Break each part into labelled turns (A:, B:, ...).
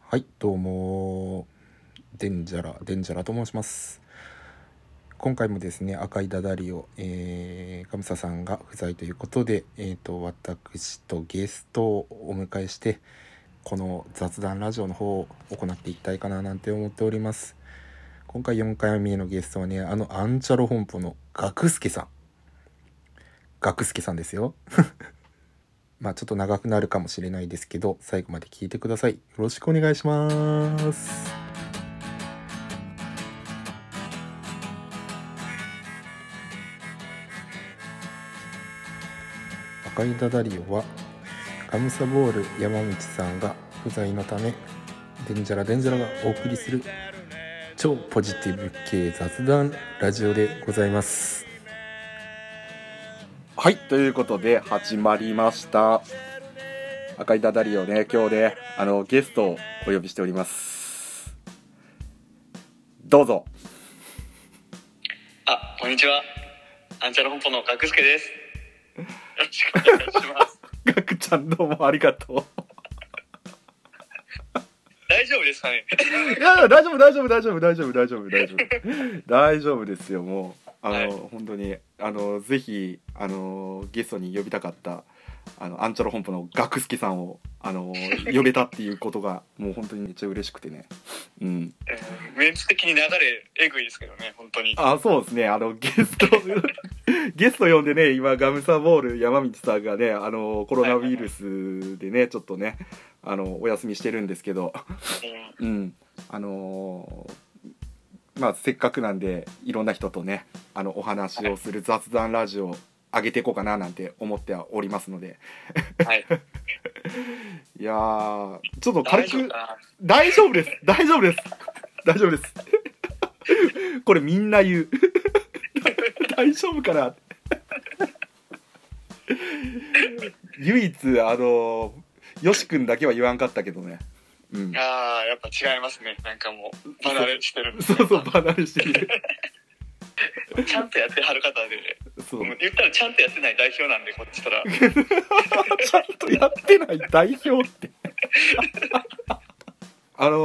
A: はい、どうも、デンジャラ、デンジャラと申します。今回もですね、赤いダダリオ、えー、ガムサさんが不在ということで、えー、と、私とゲストをお迎えして、この雑談ラジオの方を行っていきたいかななんて思っております。今回4回目のゲストはね、あのアンチャロ本舗のガクスケさん。ガクスケさんですよ。まあちょっと長くなるかもしれないですけど、最後まで聞いてください。よろしくお願いします。赤いダダリオは、ガムサボール山道さんが不在のため、デンジャラデンジャラがお送りする超ポジティブ系雑談ラジオでございます。
B: はい、ということで始まりました。赤いダダリオね、今日ね、あのゲストをお呼びしております。どうぞ。
C: あ、こんにちは。アンチャル本舗のガクスケです。よろしくお願いし ます。
B: ガクちゃんどうもありがと
C: 大丈夫ですかね。
B: う。いや、大丈夫、大丈夫、大丈夫、大丈夫、大丈夫、大丈夫。大丈夫ですよ、もう。あの、
C: はい
B: 本当に、あの、ぜひ、あの、ゲストに呼びたかった。あのアンチャロ本舗のガクスケさんをあの 呼べたっていうことがもう本当にめっちゃ嬉しくてね、うん、
C: うんメンツ的に流れえぐいですけどね、本当に。
B: あそうですねあのゲスト ゲスト呼んでね今ガムサボール山道さんがねあのコロナウイルスでねちょっとねあのお休みしてるんですけど
C: うん
B: うんあのーまあせっかくなんでいろんな人とねあのお話をする雑談ラジオを上げていこうかななんて思ってはおりますので
C: はい。
B: いやーちょっと軽
C: 大丈夫
B: く
C: かな。
B: 大丈夫です大丈夫です大丈夫ですこれみんな言う大丈夫かな唯一あのよし君だけは言わんかったけどねうん
C: ああ、やっぱ違いますね。なんかもう、離れしてるんです
B: そうそう離れしている
C: ちゃんとやってはる方で、
B: そう
C: もう言ったらちゃんとやってない代表なんで、こっちから。
B: ちゃんとやってない代表って あの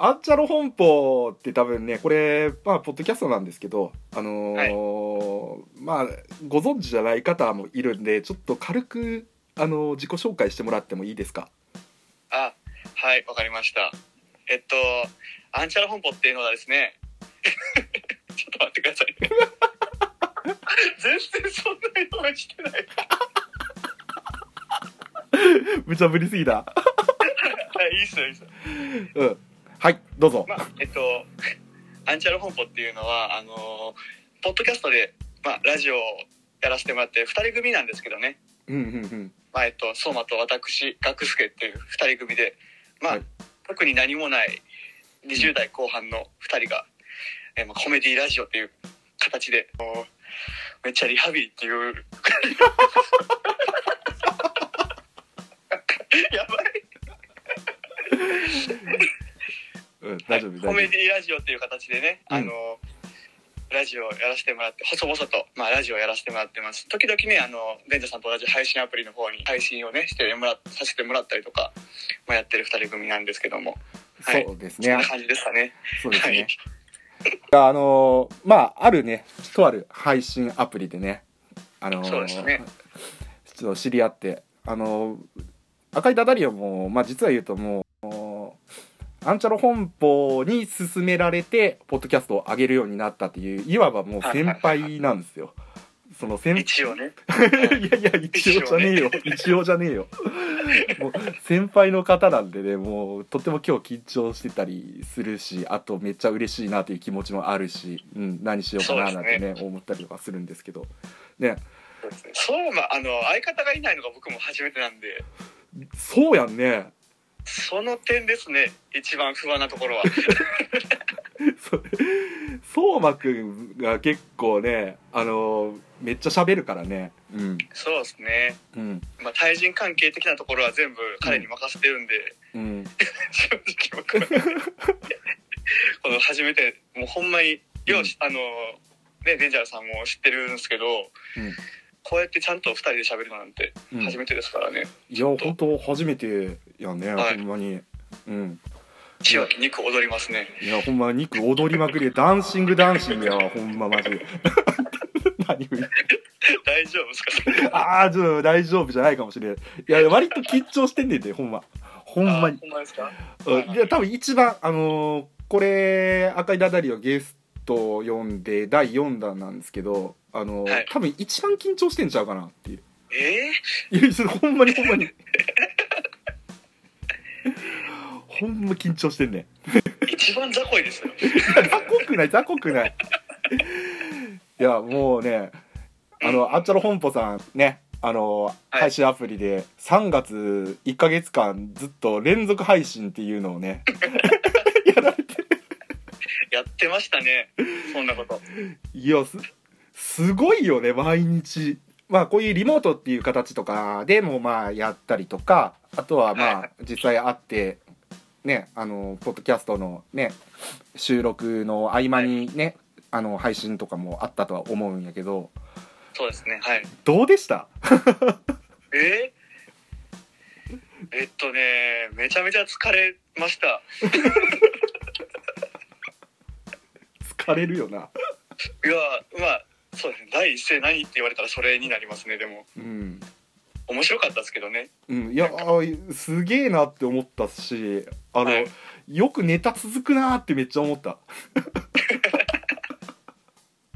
B: ー、アンチャロ本舗って多分ねこれまあポッドキャストなんですけどあのーまあご存知じゃない方もいるんでちょっと軽くあのー自己紹介してもらってもいいですか
C: あ、はい、わかりました。えっと、アンチャル本舗っていうのはですね、 ちょっと待ってください。 全然そんな用意してない。
B: 無茶ぶりすぎだ
C: はい、いいっすよ、いいっすよ。
B: うんはいどうぞ
C: まあ、えっと、アンチャル本舗っていうのは、あのポッドキャストで、まあ、ラジオをやらせてもらって、二人組なんですけどね。
B: うんうんうん
C: まあ、えっと、相馬と私、学助っていう二人組で、まあ、
B: はい
C: 特に何もない20代後半の二人が、えーまあ、コメディラジオっていう形で、あのめっちゃリハビリっていう。 やばい
B: うん大丈夫大丈
C: コ
B: 夫
C: メディラジオっていう形でね、
B: うん
C: あのラジオをやらせてもらって細々と、まあ、ラジオをやらせてもらってます時々ねあのデンジャさんと同じ配信アプリの方に配信をねしてもらさせてもらったりとか、まあ、やってる2人組なんですけどもはい
B: そうです
C: そん
B: ね
C: な感じですかね
B: そうです
C: はい
B: ねあのーまああるねとある配信アプリでねあのー
C: そうですね
B: ちょっと知り合ってあのー赤いダダリオもまあ実は言うともうもうアンチャロ本舗に勧められてポッドキャストを上げるようになったっていういわばもう先輩なんですよその先
C: 一応ね
B: いやいや一応じゃねえよ一応じゃねえよもう先輩の方なんでねもうとっても今日緊張してたりするしあとめっちゃ嬉しいなという気持ちもあるし、うん、何しようかななんてね思ったりはするんですけどね
C: そうまあの相方がいないのが僕も初めてなんで
B: そうやんね
C: その点ですね一番不安なとこ ろは
B: そそうまくんが結構ねあのめっちゃ喋るからねうん
C: そうですね
B: うん
C: まあ対人関係的なところは全部彼に任せてるんで、
B: うん
C: 正直僕はこの初めてもうほんまにようし、あのねデンジャーさんも知ってるんですけど、
B: うん
C: こうやってちゃんと2人で喋るのなんて
B: うん
C: 初めてですからね、
B: いや本当初めてやね、
C: はい
B: ほんまにうん
C: 千秋2個踊り ますね。
B: いやほんま肉踊りまくりでダンシングダンシングやわほんまマジで 何を言って
C: 大丈夫ですかそれ
B: ああちょっと大丈夫じゃないかもしれんいや割と緊張してんねんでほんまほんまに
C: ほんまですか
B: うんいや多分一番あのーこれ赤いダダリをゲスト読んで第4弾なんですけどあのー
C: はい
B: 多分一番緊張してんちゃうかなっていう
C: え
B: いやそれほんまにほんまにほんま緊張してんねん
C: ー、一番雑魚いですよ。
B: 雑魚くない雑魚くないいやもうねあのあっちゃろ本舗さんねあの、
C: はい
B: 配信アプリで3月1か月間ずっと連続配信っていうのをねやられて
C: やってましたね。そんなこと。
B: いやすすごいよね毎日まあこういうリモートっていう形とかでもまあやったりとかあとはまあ実際会ってねあのポッドキャストのね収録の合間にね、あの配信とかもあったとは思うんやけど
C: そうですね。はい。
B: どうでした
C: えー、えっとね、めちゃめちゃ疲れました。
B: 疲れるよな、
C: いや、まあ、そうですね。第一声何って言われたらそれになりますね。でも、
B: うん
C: 面白かったですけどね。
B: うん、いやあすげえなって思ったしあの、
C: はい
B: よくネタ続くなーってめっちゃ思った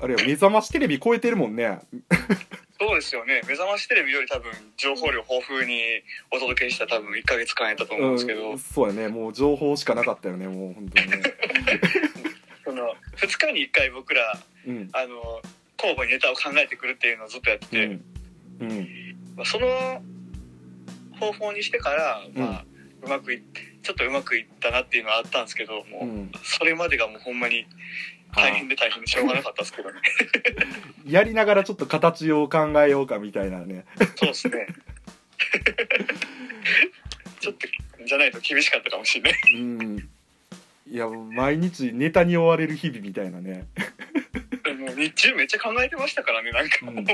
B: あれよ目覚ましテレビ超えてるもんね
C: そうですよね。目覚ましテレビより多分、情報量豊富にお届けした多分1ヶ月間やったと思うんですけど、
B: うんそうやねもう情報しかなかったよねもう本当にね、
C: その、2日に1回僕ら、
B: うん
C: あの、交互にネタを考えてくるっていうのをずっとやって
B: う
C: て、
B: んうん
C: まあ、その方法にしてから、まあ、うまくいっちょっとうまくいったなっていうのはあったんですけどもう、
B: うん
C: それまでがもうほんまに大変で大変でしょうがなかったですけどね
B: やりながらちょっと形を考えようかみたいなね
C: そうですね ちょっとじゃないと厳しかったかもしれない
B: うんいや毎日ネタに追われる日々みたいな ね
C: でも日中めっちゃ考えてましたからねなんかもう、
B: うん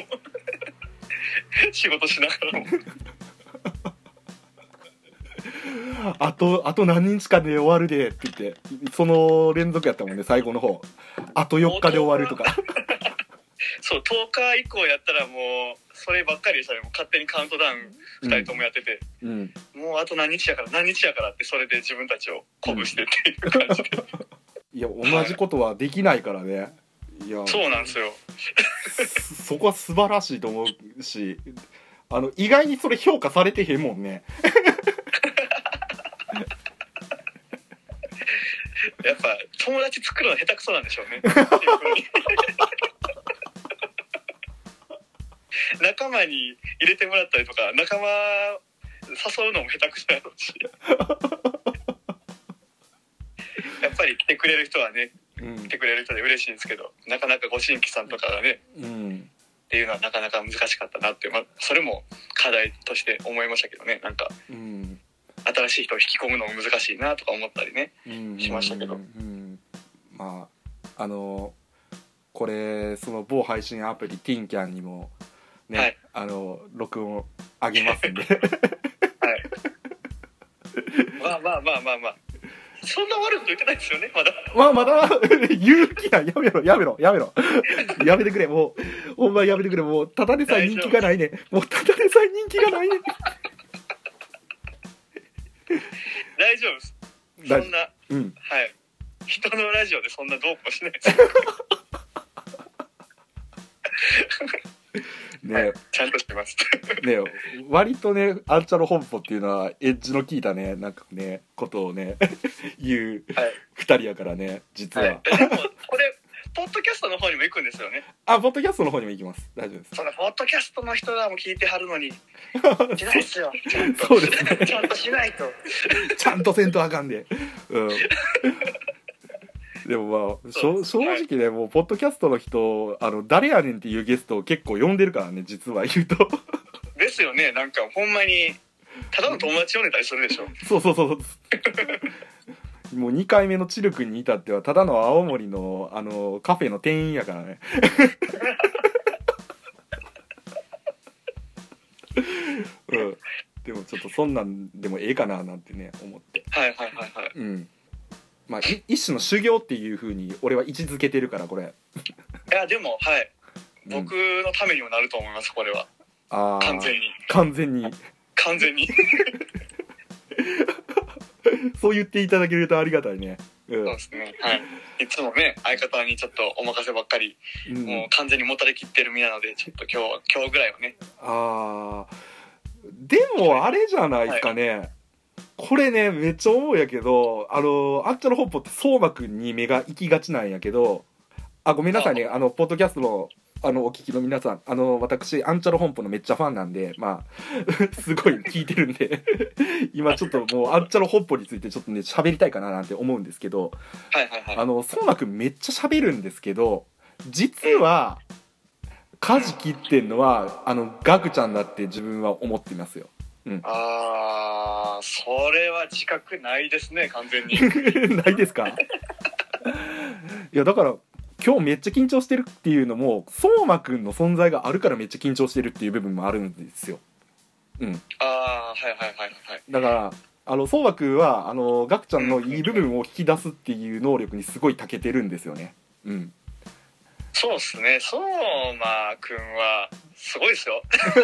C: 仕事しながらも
B: あとあと何日かで終わるでって言ってその連続やったもんね最後の方あと4日で終わるとか
C: そう10日以降やったらもうそればっかりでしたねもう勝手にカウントダウン2人ともやってて、
B: うん
C: もうあと何日やから何日やからってそれで自分たちを鼓舞してっていう感じで、
B: いや同じことはできないからねいや
C: そうなんですよ
B: そそこは素晴らしいと思うしあの意外にそれ評価されてへんもんね
C: やっぱ友達作るの下手くそなんでしょうね仲間に入れてもらったりとか仲間誘うのも下手くそやろうしやっぱり来てくれる人はね
B: うん
C: 来てくれる人で嬉しいんですけどなかなかご新規さんとかがね
B: うん
C: っていうのはなかなか難しかったなっていう、まあ、それも課題として思いましたけどねなんか
B: うん
C: 新しい人を引き込むのも難しいなとか思ったりね
B: うん
C: しましたけど
B: うんまああのこれその某配信アプリ TinCan にもね、
C: はい
B: あの録音あげますんで
C: まあまあまあまあまあそんな悪いこと言ってないですよねまだ
B: まあまだ 言う気ないやめろやめろやめろやめてくれもうほんまやめてくれもうただでさえ人気がないねもうただでさえ人気がないね
C: 大丈夫です
B: 大丈夫
C: そんなは
B: うん
C: い人のラジオでそんなどうこうしな いです
B: ねえ
C: ちゃんとしてます
B: ね割とねアンチャロ本舗っていうのはエッジの効いたねなんかねことをね言う
C: はい
B: 二人やからね実は、
C: はいでもこれポッドキャストの方にも行くんですよね
B: あポッドキャストの方にも行きます大丈夫です
C: そのポッドキャストの人らも聞いてはるのにしないっすよちゃ ん
B: そう
C: と
B: ですね
C: ちゃんとしないと
B: ちゃんとせんとあかんで、うん、でもまあしょ正直ね、もうポッドキャストの人あの誰やねんっていうゲストを結構呼んでるからね実は言うと
C: ですよねなんかほんまにただの友達呼んでたりするでしょ
B: そうそうそうそうもう2回目のチル君に至ってはただの青森のあのカフェの店員やからね うんでもちょっとそんなんでもええかななんてね思って
C: はいはいはいはい
B: うんまあ、い一種の修行っていうふうに俺は位置づけてるからこれ、
C: いやでもはい
B: うん
C: 僕のためにもなると思いますこれは
B: あー
C: 完全に
B: 完全に
C: 完全に
B: そう言っていただけるとありがたいねうん
C: そうですねはいいつもね相方にちょっとお任せばっかり
B: うん
C: もう完全にもたれきってる身なのでちょっと今日は今日ぐらいはね
B: あーでもあれじゃないですかね、これねめっちゃ思うんやけどあのあっちゃの本舗って相馬くんに目が行きがちなんやけどあごめんなさいねあのポッドキャストのあのお聞きの皆さんあの私アンチャロ本舗のめっちゃファンなんでまあ すごい聞いてるんで 今ちょっともうアンチャロ本舗についてちょっとね喋りたいかななんて思うんですけど
C: はいはいはい
B: あの相馬くんめっちゃ喋るんですけど実は舵切ってんのはあのガクちゃんだって自分は思っていますよ
C: あーそれは自覚ないですね完 全に
B: ないですかいやだから今日めっちゃ緊張してるっていうのも相馬くんの存在があるからめっちゃ緊張してるっていう部分もあるんですよ
C: ああはいはいはいはい
B: だからあの相馬くんはあのガクちゃんのいい部分を引き出すっていう能力にすごい長けてるんですよねうん
C: そうっすね相馬くんはすごいですよ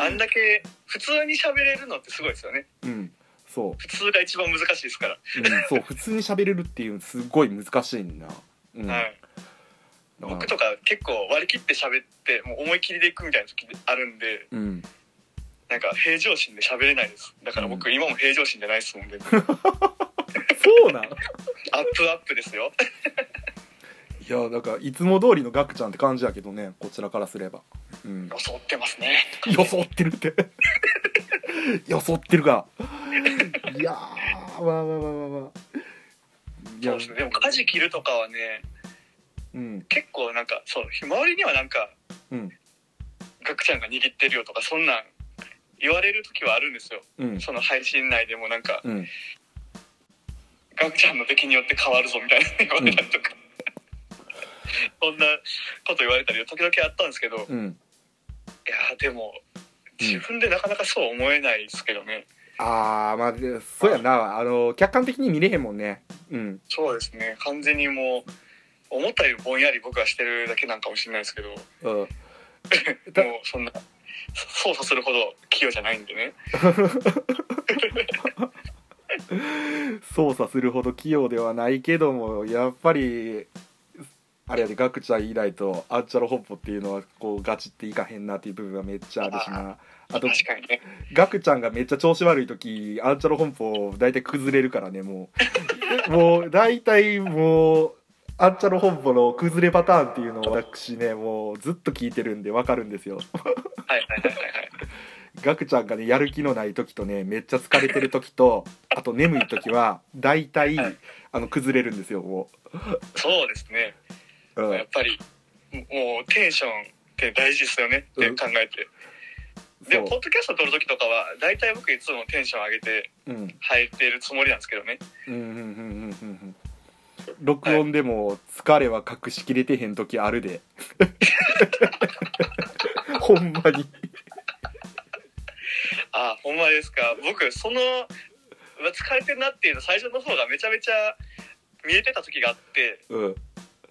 C: あんだけ普通に喋れるのってすごいですよね
B: うんそう
C: 普通が一番難しいですから、
B: うん、そう普通に喋れるっていうのすごい難しいんだ、うん
C: はい、
B: だ
C: 僕
B: か
C: とか結構割り切って喋ってもう思い切りでいくみたいな時あるんで
B: らうん、
C: なんか平常心で喋れないですだから僕今も平常心じゃないですもんね
B: そうなん
C: アップアップですよ
B: いやだからいつも通りのガクちゃんって感じやけどねこちらからすれば、うん、
C: 装ってますね
B: 装ってるって装ってるがいやーわあわあわあわあわあい
C: そうですねでも舵切るとかはね
B: うん
C: 結構なんかそう周りにはなんか
B: うん
C: ガクちゃんが握ってるよとかそんなん言われる時はあるんですよ
B: うん
C: その配信内でもなんか
B: うん
C: ガクちゃんの敵によって変わるぞみたいな言われたりとか、そんなこと言われたり時々あったんですけどいや
B: うん
C: ーでも自分でなかなかそう思えないですけどね、
B: ああまあでそうやなあの客観的に見れへんもんねうん
C: そうですね完全にもう思ったよりぼんやり僕はしてるだけなんかもしれないですけども
B: うん
C: うそんなそ操作するほど器用じゃないんでね
B: 操作するほど器用ではないけどもやっぱりあれやでガクちゃん以来とアンチャロホッポっていうのはこうガチっていかへんなっていう部分はめっちゃあるしなあと
C: 確かにね
B: ガクちゃんがめっちゃ調子悪い時アンチャロホッポ大体崩れるからねも うもう大体もうアンチャロホッポの崩れパターンっていうのを私ねもうずっと聞いてるんでわかるんですよ
C: はいはいはいはいはい
B: ガクちゃんがねやる気のない時とねめっちゃ疲れてる時とあと眠い時は大体、
C: はい
B: あの崩れるんですよも
C: そうですね
B: う、う
C: やっ
B: ん、
C: ぱりもうテンションって大事ですよねって考えて、でもポ
B: そ
C: ッドキャスト撮る時とかは大体僕いつもテンション上げて
B: う、うん、
C: 入ってるつもりなんですけどね
B: うんうんうんうんうんうん録音でも疲れは隠しきれてへん時あるで ほんまに
C: ああほんまですか僕そのうわ疲れてるなっていうの最初の方がめちゃめちゃ見えてた時があって
B: うん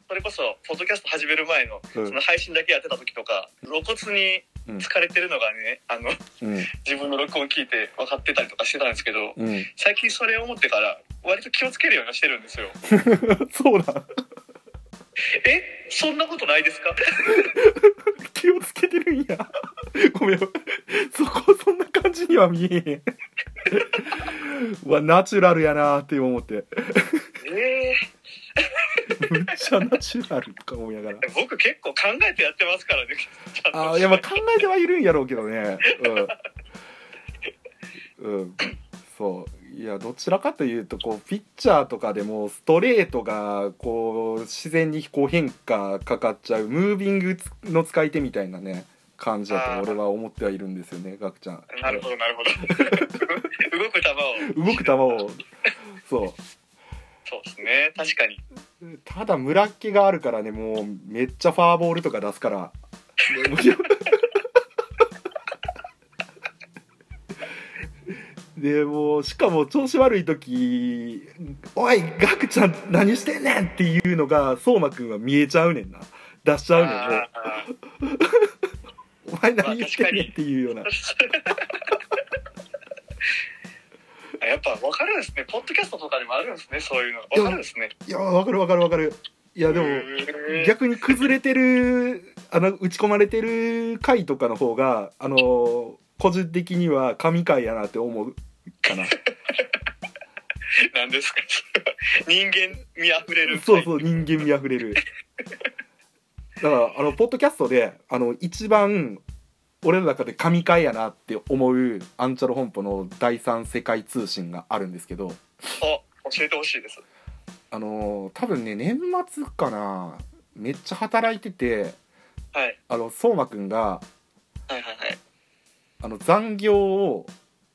C: それこそポッドキャスト始める前の
B: う
C: そ
B: ん
C: の配信だけやってた時とか露骨に疲れてるのがねあの
B: うん
C: 自分の録音聞いて分かってたりとかしてたんですけど
B: うん
C: 最近それを思ってから割と気をつけるようにはしてるんですよ
B: そうなん
C: えそんなことないですか
B: 気をつけてるんやごめんそこそんな感じには見えへんうわナチュラルやなーって思って
C: え
B: めっちゃナチュラルとか思いながら
C: え僕結構考えてやってますからねちゃんと
B: あーいやまあ考えてはいるんやろうけどねうん、うん、そういやどちらかというとこうピッチャーとかでもストレートがこう自然にこう変化かかっちゃうムービングの使い手みたいなね感じだ
C: あ
B: と
C: ー
B: 俺は思ってはいるんですよねガクちゃん
C: なるほどなるほど 動く球を
B: 動く球をそう
C: そうですね確かに
B: ただ村っ気があるからねもうめっちゃフォアボールとか出すからもうでもうしかも調子悪い時「おいガクちゃん何してんねん!」っていうのが相馬くんは見えちゃうねんな出しちゃうねんもう
C: あー
B: 「お 前何言ってんねん!」っていうような
C: あやっぱ分かるんですねポッドキャストとかでもあるんですねそういうの分かるんですね
B: いやわかるわかるわかるいやでも
C: へー
B: 逆に崩れてるあの打ち込まれてる回とかの方があの個人的には神回やなって思うかな
C: なんですかそれは人間味あふれる
B: そうそう人間味あふれるだからあのポッドキャストであの一番俺の中で神回やなって思うアンチャロ本舗の第三世界通信があるんですけど
C: あ教えてほしいです
B: あの多分ね年末かなめっちゃ働いてて
C: はい
B: あの相馬くんが
C: はいはいはい
B: あの残業を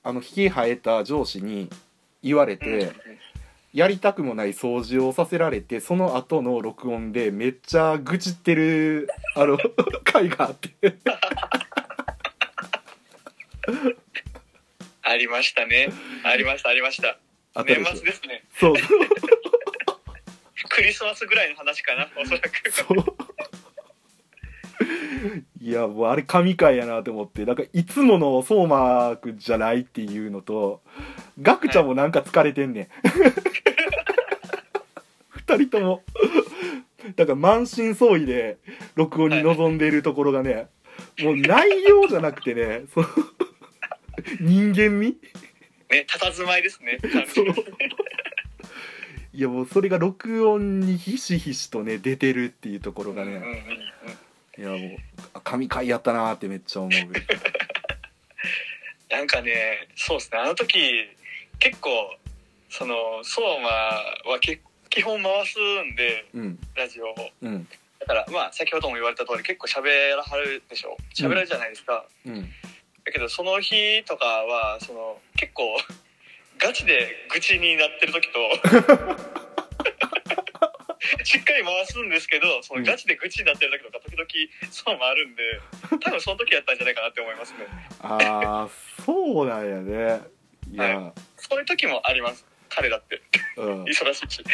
B: あの引き生えた上司に言われて、やりたくもない掃除をさせられてその後の録音でめっちゃ愚痴ってるあの 回があって
C: ありましたねありましたありました
B: あった で
C: 年
B: しょ
C: 末ですね
B: そう
C: クリスマスぐらいの話 かなおそらく
B: そういやもうあれ神回やなと思ってなんかいつもの相馬くんじゃないっていうのとガクちゃんもなんか疲れてんねん 二人ともだから満身創痍で録音に臨んでいるところがねもう内容じゃなくてねその人間味
C: ね佇まいですね
B: そういやもうそれが録音にひしひしとね出てるっていうところがね、
C: うんうんうん
B: いやもうあ神回やったなーってめっちゃ思う
C: なんかねそうですねあの時結構その相馬はけ基本回すんで
B: うん
C: ラジオを
B: うん
C: だからまあ先ほども言われた通り結構喋らはるでしょ喋らるじゃないですか、
B: うん
C: だけどその日とかはその結構 ガチで愚痴になってる時と しっかり回すんですけどそのガチで愚痴になってる時とか時々そうもあるんで多分その時やったんじゃないかなって思いますね
B: ああそうなんやねいや、
C: そういう時もあります彼だって
B: うんい
C: 忙しいし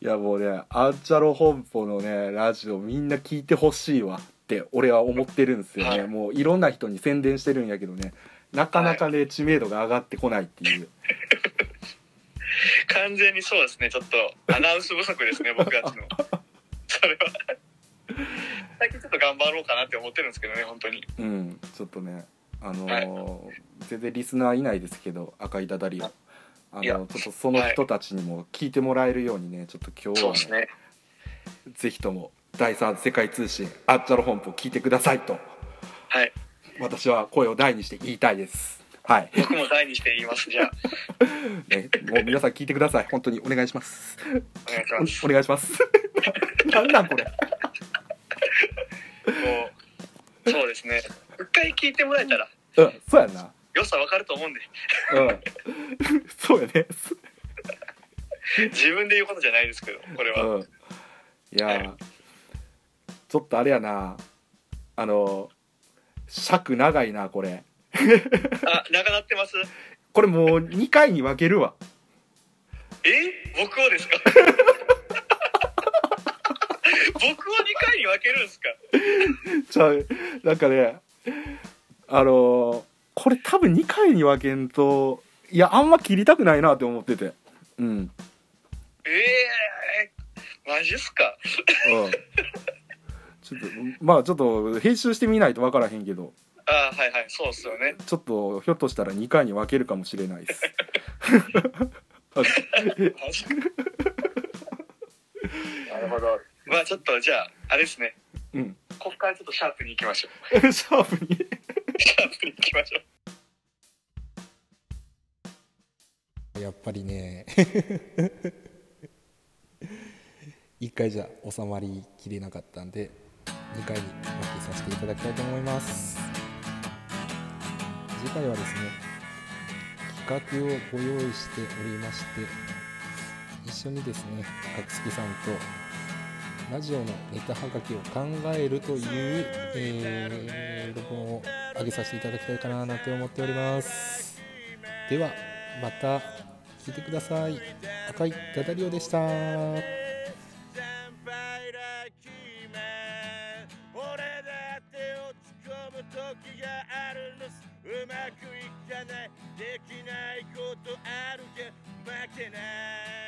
B: やもうねアンチャロ本舗のねラジオみんな聞いてほしいわって俺は思ってるんですよね、
C: はい
B: もういろんな人に宣伝してるんやけどねなかなかね知名度が上がってこないっていう
C: 完全にそうですねちょっとアナウンス不足 ですね僕たちのそれは最近ちょっと頑張ろうかなって思ってるんですけどね本当に
B: うんちょっとねあのー
C: はい
B: 全然リスナーいないですけど赤いダダリオあの
C: い
B: ち
C: や
B: ょっとその人たちにも聞いてもらえるようにねちょっと今日
C: そう
B: は
C: で
B: ね
C: すね
B: ぜひとも第三世界通信アッチャロ本舗を聞いてくださいと
C: はい
B: 私は声を大にして言いたいですはい、
C: 僕も第二して言いますじゃあ
B: ね、もう皆さん聞いてください本当にお願いします
C: お願いします
B: おお願いします なんなんこれ
C: もうそうですね一回聞いてもらえたら
B: うんそうやんな
C: 良さわかると思うんで
B: うん そうやね
C: 自分で言うことじゃないですけどこれは
B: うんいやーちょっとあれやなあの尺長いなこれ
C: あ長なってます
B: これもう2回に分けるわ
C: え僕をですか 僕を2回に分けるんですか
B: じゃあなんかねあのーこれ多分2回に分けんといやあんま切りたくないなって思っててうん、うん、
C: ええマジっすか
B: ちょっとまあちょっと編集してみないと分からへんけど
C: あはいはいそうっすよ ね
B: ちょっとひょっとしたら2回に分けるかもしれないです あ
C: なるほどまあちょっとじゃああれですね
B: うん
C: ここからちょっとシャープに行きましょう
B: シャープに
C: シャープに行きましょう
A: やっぱりね 一回じゃ収まりきれなかったんで二回に分けさせていただきたいと思います次回はですね企画をご用意しておりまして一緒にですね角月さんとラジオのネタはがきを考えるという、えー録音を上げさせていただきたいかななんて思っておりますではまた聞いてください赤いダダリオでした
D: 「先輩だ君俺だって落ち込む時があるんです」「うまくいかないできないことあるけど負けな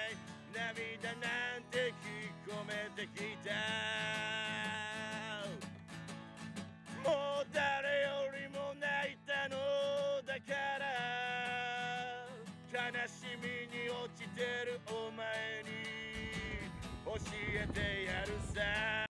D: い」「涙なんて引っ込めてきた」「もう誰よりも泣いたのだから」「悲しみに落ちてるお前に」教えてやるさ